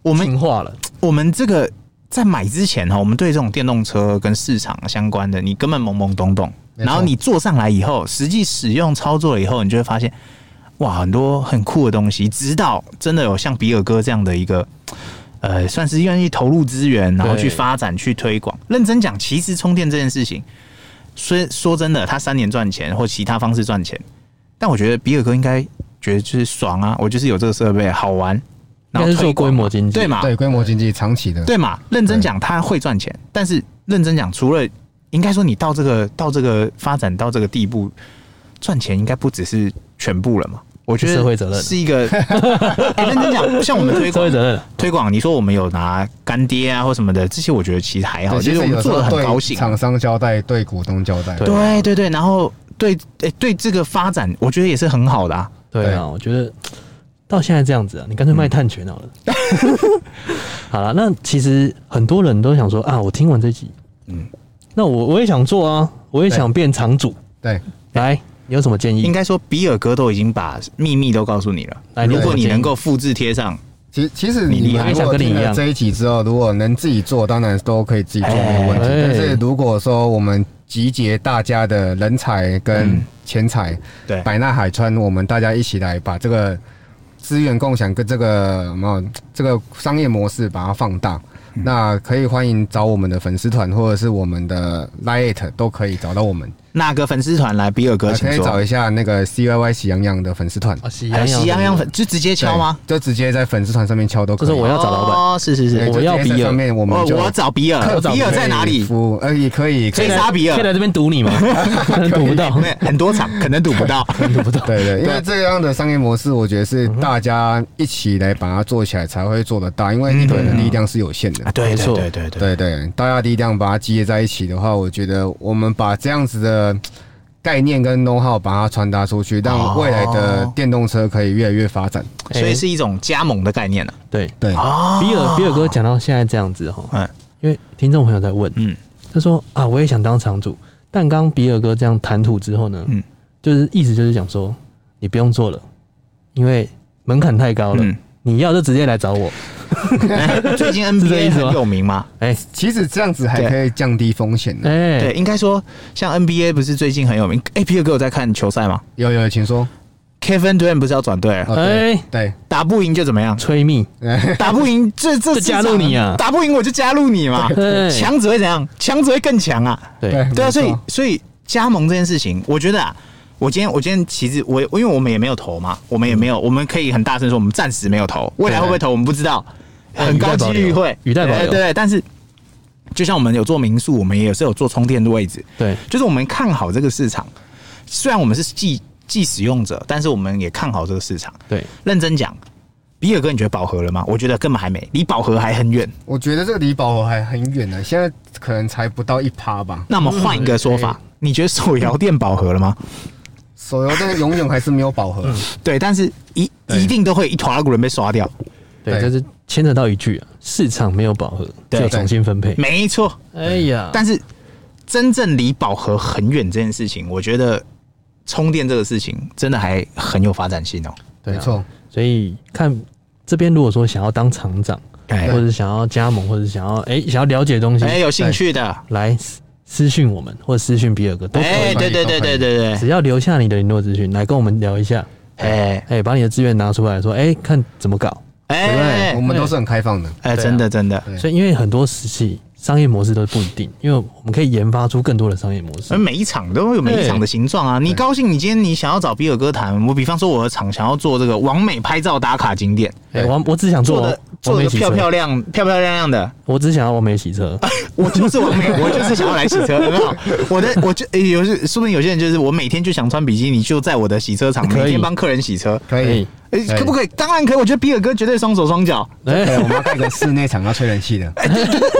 [SPEAKER 2] 我们
[SPEAKER 1] 进化了。
[SPEAKER 2] 我们这个在买之前哈，我们对这种电动车跟市场相关的，你根本懵懵懂懂。
[SPEAKER 3] 没错
[SPEAKER 2] 然后你坐上来以后，实际使用操作了以后，你就会发现，哇，很多很酷的东西。直到真的有像比尔哥这样的一个，呃，算是愿意投入资源，然后
[SPEAKER 1] 对
[SPEAKER 2] 去发展、去推广。认真讲，其实充电这件事情，虽说真的，他三年赚钱或其他方式赚钱，但我觉得比尔哥应该觉得就是爽啊，我就是有这个设备好玩，然
[SPEAKER 1] 应该
[SPEAKER 2] 后
[SPEAKER 1] 是做
[SPEAKER 2] 推广
[SPEAKER 1] 规模经济，
[SPEAKER 2] 对？嘛？
[SPEAKER 3] 对，规模经济长期的，
[SPEAKER 2] 对嘛？认真讲，他会赚钱，但是认真讲，除了应该说你到这个到这个发展到这个地步，赚钱应该不只是全部了嘛。我觉得
[SPEAKER 1] 社会责任
[SPEAKER 2] 是 一个，哎认真讲，像我们推
[SPEAKER 1] 社会
[SPEAKER 2] 广
[SPEAKER 1] 责任了。
[SPEAKER 2] 推广，你说我们有拿干爹啊或什么的，这些我觉得其实还好，
[SPEAKER 3] 对，
[SPEAKER 2] 其
[SPEAKER 3] 其
[SPEAKER 2] 实
[SPEAKER 3] 实
[SPEAKER 2] 我们
[SPEAKER 3] 有时
[SPEAKER 2] 做的
[SPEAKER 3] 候
[SPEAKER 2] 很
[SPEAKER 3] 对
[SPEAKER 2] 高兴。
[SPEAKER 3] 厂商交代，对股东交代，
[SPEAKER 1] 对
[SPEAKER 2] 对对对，然后对哎对这个发展，我觉得也是很好的啊。
[SPEAKER 1] 对啊，我觉得到现在这样子啊，你干脆卖碳权好了。
[SPEAKER 2] 嗯
[SPEAKER 1] 好了，那其实很多人都想说啊，我听完这集，嗯
[SPEAKER 2] 嗯，
[SPEAKER 1] 那我我也想做啊，我也想变厂主。
[SPEAKER 3] 对
[SPEAKER 1] 来，你有什么建议
[SPEAKER 2] 应？该说，比尔哥都已经把秘密都告诉你了。
[SPEAKER 1] 来
[SPEAKER 2] 如
[SPEAKER 1] 你有
[SPEAKER 2] 果
[SPEAKER 1] 什么
[SPEAKER 2] 你
[SPEAKER 1] 建议
[SPEAKER 2] 能够复制贴上，
[SPEAKER 3] 其其实
[SPEAKER 2] 你
[SPEAKER 3] 你
[SPEAKER 2] 厉
[SPEAKER 3] 们
[SPEAKER 2] 害
[SPEAKER 3] 如
[SPEAKER 1] 想
[SPEAKER 3] 果
[SPEAKER 1] 跟你
[SPEAKER 3] 听
[SPEAKER 1] 一
[SPEAKER 3] 了
[SPEAKER 1] 样
[SPEAKER 3] 这一集之后，如果能自己做，当然都可以自己做，没有问题。
[SPEAKER 1] 哎
[SPEAKER 3] 但是如果说我们集结大家的人才跟
[SPEAKER 2] 嗯
[SPEAKER 3] 钱财，
[SPEAKER 2] 对
[SPEAKER 3] 百纳海川，我们大家一起来把这个资源共享跟这个有没有这个商业模式把它放大。
[SPEAKER 2] 嗯
[SPEAKER 3] 那可以欢迎找我们的粉丝团，或者是我们的 Lite 都可以找到我们，
[SPEAKER 2] 那个粉丝团来，比尔哥
[SPEAKER 3] 还
[SPEAKER 2] 请
[SPEAKER 3] 可以
[SPEAKER 2] 说。
[SPEAKER 3] 找一下那个 CYY 喜羊羊的粉丝团，
[SPEAKER 1] 啊，喜
[SPEAKER 2] 还有喜羊羊粉，就直接敲吗？
[SPEAKER 3] 对？就直接在粉丝团上面敲都可
[SPEAKER 1] 就
[SPEAKER 3] 以。
[SPEAKER 1] 是我要找老板，哎
[SPEAKER 2] 哦，是是
[SPEAKER 3] 对
[SPEAKER 2] 是，
[SPEAKER 3] 就
[SPEAKER 1] 我要
[SPEAKER 3] 直接在
[SPEAKER 1] 比尔
[SPEAKER 3] 上面我们
[SPEAKER 2] 哦我
[SPEAKER 3] 就
[SPEAKER 2] 我找比尔，
[SPEAKER 1] 我找
[SPEAKER 2] 比尔在哪里？
[SPEAKER 3] 服务呃，也可以，可
[SPEAKER 2] 可
[SPEAKER 3] 以
[SPEAKER 2] 以杀比
[SPEAKER 1] 可以
[SPEAKER 2] 尔，
[SPEAKER 1] 来这边堵你吗？可能堵不到，
[SPEAKER 2] 对，很多场可能堵 不到。
[SPEAKER 1] 堵不到。
[SPEAKER 3] 对对，因为这样的商业模式，我觉得是
[SPEAKER 1] 嗯
[SPEAKER 3] 大家一起来把它做起来才会做得大，因
[SPEAKER 1] 嗯
[SPEAKER 3] 为一个人的力量是有限的。
[SPEAKER 2] 啊，对
[SPEAKER 1] 没错
[SPEAKER 2] 对对对对，
[SPEAKER 3] 对对，大家力量把它集结在一起的话，我觉得我们把这样子的概念跟 know how 把它传达出去，
[SPEAKER 2] 哦
[SPEAKER 3] 让未来的电动车可以越来越发展。
[SPEAKER 1] 哎
[SPEAKER 2] 所以是一种加盟的概念 呢。
[SPEAKER 1] 对，
[SPEAKER 3] 对，
[SPEAKER 2] 啊
[SPEAKER 1] 比尔比尔哥讲到现在这样子哈，
[SPEAKER 2] 嗯
[SPEAKER 1] 因为听众朋友在问，
[SPEAKER 2] 嗯，
[SPEAKER 1] 他说啊，我也想当厂主，但刚比尔哥这样谈吐之后呢，
[SPEAKER 2] 嗯
[SPEAKER 1] 就是意思就是讲说，你不用做了，因为门槛太高了，
[SPEAKER 2] 嗯
[SPEAKER 1] 你要就直接来找我。
[SPEAKER 2] 哎最近
[SPEAKER 1] 是这意
[SPEAKER 2] NBA
[SPEAKER 1] 思吗
[SPEAKER 2] 很有名嘛，
[SPEAKER 1] 哎、
[SPEAKER 3] 其实这样子还可以降低风险呢。
[SPEAKER 1] 哎，
[SPEAKER 2] 对，应该说像 NBA 不是最近很有名？哎，比尔哥有在看球赛吗
[SPEAKER 3] 有有，请说。
[SPEAKER 2] Kevin Durant 不是要转队，
[SPEAKER 3] 哦
[SPEAKER 1] 哎、
[SPEAKER 3] 对，
[SPEAKER 2] 打不赢就怎么样？
[SPEAKER 1] 催命，
[SPEAKER 2] 打不赢这 这
[SPEAKER 1] 就加入你啊
[SPEAKER 2] 打不赢我就加入你嘛。
[SPEAKER 1] 对
[SPEAKER 2] 强只会怎样？强只会更强啊！
[SPEAKER 1] 对
[SPEAKER 3] 对
[SPEAKER 2] 对啊，
[SPEAKER 3] 没错
[SPEAKER 2] 所以所以加盟这件事情，我觉得啊，我今天我今天其实我因为我们也没有投嘛，我们也没
[SPEAKER 1] 嗯
[SPEAKER 2] 有，我们可以很大声说我们暂时没有投，未来会不会投我们不知道，
[SPEAKER 1] 对
[SPEAKER 2] 很高几率会，
[SPEAKER 1] 语带哎保留
[SPEAKER 2] 对对对，但是就像我们有做民宿，我们也是有做充电的位置，
[SPEAKER 1] 对
[SPEAKER 2] 就是我们看好这个市场。虽然我们是既既使用者，但是我们也看好这个市场。
[SPEAKER 1] 对，
[SPEAKER 2] 认真讲，比尔哥，你觉得饱和了吗？我觉得根本还没，离饱和还很远。
[SPEAKER 3] 我觉得这个离饱和还很远呢，现在可能才不到一趴吧。
[SPEAKER 2] 那我们换一
[SPEAKER 1] 嗯
[SPEAKER 2] 个说
[SPEAKER 1] 哎
[SPEAKER 2] 法，你觉得手摇店饱和了吗？
[SPEAKER 3] 手游真的永远还是没有饱和，
[SPEAKER 2] 嗯对，但是一
[SPEAKER 3] 对
[SPEAKER 2] 一定都会一坨拉古人被刷掉。
[SPEAKER 1] 对，
[SPEAKER 3] 对
[SPEAKER 1] 但是牵扯到一句啊，市场没有饱和，只
[SPEAKER 2] 对
[SPEAKER 1] 有重新分配。
[SPEAKER 2] 没错，
[SPEAKER 1] 哎呀，
[SPEAKER 2] 但是真正离饱和很远这件事情，我觉得充电这个事情真的还很有发展性哦。
[SPEAKER 1] 对
[SPEAKER 3] 没
[SPEAKER 1] 啊，
[SPEAKER 3] 错，
[SPEAKER 1] 所以看这边如果说想要当厂长，
[SPEAKER 2] 哎
[SPEAKER 1] 或者想要加盟，或者想要哎、想要了解东西，
[SPEAKER 2] 哎，有兴趣的，
[SPEAKER 1] 来私私讯我们，或者私讯比尔哥都可以，
[SPEAKER 2] 哎，对对
[SPEAKER 3] 都可
[SPEAKER 2] 对对
[SPEAKER 3] 以
[SPEAKER 2] 对对，
[SPEAKER 1] 只要留下你的联络资讯，来跟我们聊一下。
[SPEAKER 2] 哎
[SPEAKER 1] 哎、把你的资源拿出来说，哎、看怎么搞。
[SPEAKER 3] 对不
[SPEAKER 2] 哎
[SPEAKER 3] 对？我们都是很开放的，
[SPEAKER 2] 哎，
[SPEAKER 1] 对啊
[SPEAKER 2] 真的真的，
[SPEAKER 3] 对
[SPEAKER 1] 所以，因为很多时期商业模式都不一定，因为我们可以研发出更多的商业模式
[SPEAKER 2] 而。每一场都有每一场的形状啊。你高兴，你今天你想要找比尔哥谈，我比方说我的场想要做这个完美拍照打卡景点，
[SPEAKER 1] 哎、我我只想
[SPEAKER 2] 做
[SPEAKER 1] 做
[SPEAKER 2] 的
[SPEAKER 1] 完
[SPEAKER 2] 做
[SPEAKER 1] 美
[SPEAKER 2] 的
[SPEAKER 1] 洗
[SPEAKER 2] 漂
[SPEAKER 1] 车，
[SPEAKER 2] 漂亮漂漂亮亮的，
[SPEAKER 1] 我只想要完美洗 车。
[SPEAKER 2] 我就是完美，我就是想要来洗 车，有没有？我的我就、诶有些，说不定有些人就是我每天就想穿比基尼，就在我的洗车场
[SPEAKER 1] 可以
[SPEAKER 2] 每天帮客人洗车，
[SPEAKER 3] 可以。
[SPEAKER 2] 诶
[SPEAKER 3] 对
[SPEAKER 2] 可不可以？当然可以，我觉得比尔哥绝对双手双脚。
[SPEAKER 1] 哎、
[SPEAKER 3] 对，我们要盖个室内场要吹冷气的，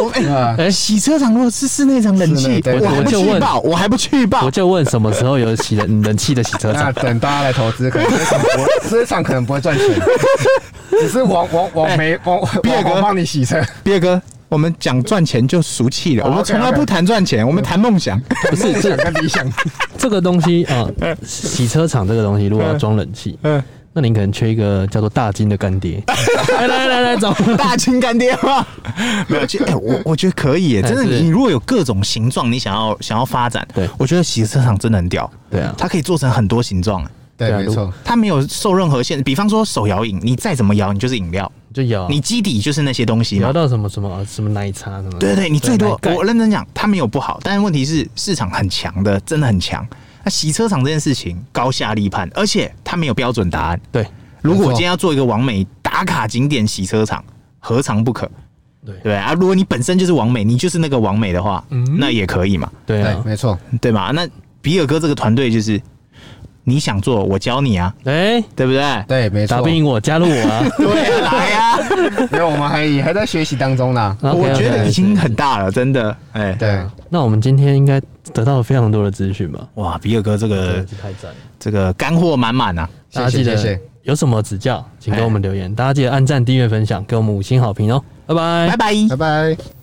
[SPEAKER 2] 我哎、
[SPEAKER 3] 啊，
[SPEAKER 1] 哎
[SPEAKER 2] 洗车场如果是室内场冷
[SPEAKER 3] 室
[SPEAKER 2] 气
[SPEAKER 3] 内，对
[SPEAKER 2] 我还
[SPEAKER 1] 我
[SPEAKER 2] 不
[SPEAKER 1] 就
[SPEAKER 2] 去
[SPEAKER 1] 问
[SPEAKER 2] 报，我还不去报
[SPEAKER 1] 我。就问什么时候有洗的冷气的洗车
[SPEAKER 3] 那
[SPEAKER 2] 啊
[SPEAKER 1] 场？
[SPEAKER 3] 等大家来投资，可能市场不会市场可能不会赚钱，只是网网
[SPEAKER 1] 哎
[SPEAKER 3] 网媒网
[SPEAKER 2] 毕业
[SPEAKER 3] 网
[SPEAKER 2] 哥
[SPEAKER 3] 红帮你洗车，
[SPEAKER 2] 比尔哥，我们讲赚钱就俗气了，
[SPEAKER 3] 哦
[SPEAKER 2] 我们
[SPEAKER 3] OK，
[SPEAKER 2] 从来
[SPEAKER 3] OK
[SPEAKER 2] 不谈赚钱，我们谈梦想。
[SPEAKER 1] 不是
[SPEAKER 3] 想
[SPEAKER 1] 这
[SPEAKER 3] 跟理想，
[SPEAKER 1] 这个东 西啊、洗车场这个东西，如果要装冷气，
[SPEAKER 2] 嗯，
[SPEAKER 1] 那您可能缺一个叫做大金的干 爹。来来来来，找
[SPEAKER 2] 大情感电 话，没有，其实哎、我我觉得可以耶，
[SPEAKER 1] 哎
[SPEAKER 2] 真的，
[SPEAKER 1] 是
[SPEAKER 2] 你如果有各种形状，你想要想要发展，
[SPEAKER 1] 对
[SPEAKER 2] 我觉得洗车场真的很屌，
[SPEAKER 1] 对啊
[SPEAKER 2] 它可以做成很多形状，
[SPEAKER 3] 对，
[SPEAKER 1] 对啊
[SPEAKER 3] 没错，
[SPEAKER 2] 它没有受任何限制，比方说手摇饮，你再怎么摇，你就是饮料，
[SPEAKER 1] 就摇啊，
[SPEAKER 2] 你基底就是那些东西
[SPEAKER 1] 聊
[SPEAKER 2] 嘛。
[SPEAKER 1] 到什么什么什么奶茶什么的，
[SPEAKER 2] 对对对，你最多
[SPEAKER 1] 奶盖
[SPEAKER 2] 我认真讲，它没有不好，但是问题是市场很强的，真的很强。那洗车场这件事情高下立判，而且它没有标准答案。
[SPEAKER 1] 对
[SPEAKER 2] 如果我
[SPEAKER 3] 没错
[SPEAKER 2] 今天要做一个完美打卡景点洗车场，何尝不可？对不
[SPEAKER 1] 对
[SPEAKER 2] 对啊，如果你本身就是王美，你就是那个王美的话，那也可以嘛，
[SPEAKER 1] 对
[SPEAKER 3] 对，
[SPEAKER 1] 啊，
[SPEAKER 3] 没错，
[SPEAKER 2] 对吧？那比尔哥这个团队就是你想做，我教你啊，
[SPEAKER 1] 哎、
[SPEAKER 2] 对不对？
[SPEAKER 3] 对，没
[SPEAKER 1] 打
[SPEAKER 3] 错
[SPEAKER 1] 不，赢我，加入我啊！
[SPEAKER 2] 对啊，来啊！
[SPEAKER 3] 因为我们还也还在学习当中啦，
[SPEAKER 1] OK，OK，
[SPEAKER 2] 我觉得
[SPEAKER 1] OK，
[SPEAKER 2] 已经很大了，真的。哎，
[SPEAKER 3] 对，
[SPEAKER 1] 那我们今天应该得到了非常多的资讯吧？
[SPEAKER 2] 哇，比尔哥这个
[SPEAKER 1] 是太赞了！
[SPEAKER 2] 这个干货满满啊！
[SPEAKER 1] 大家记
[SPEAKER 3] 谢
[SPEAKER 1] 得
[SPEAKER 3] 谢
[SPEAKER 1] 有什么指教，请给我们留言。大家记得按赞、订阅、分享，给我们五星好评哦！拜拜
[SPEAKER 2] 拜。拜。
[SPEAKER 3] 拜拜。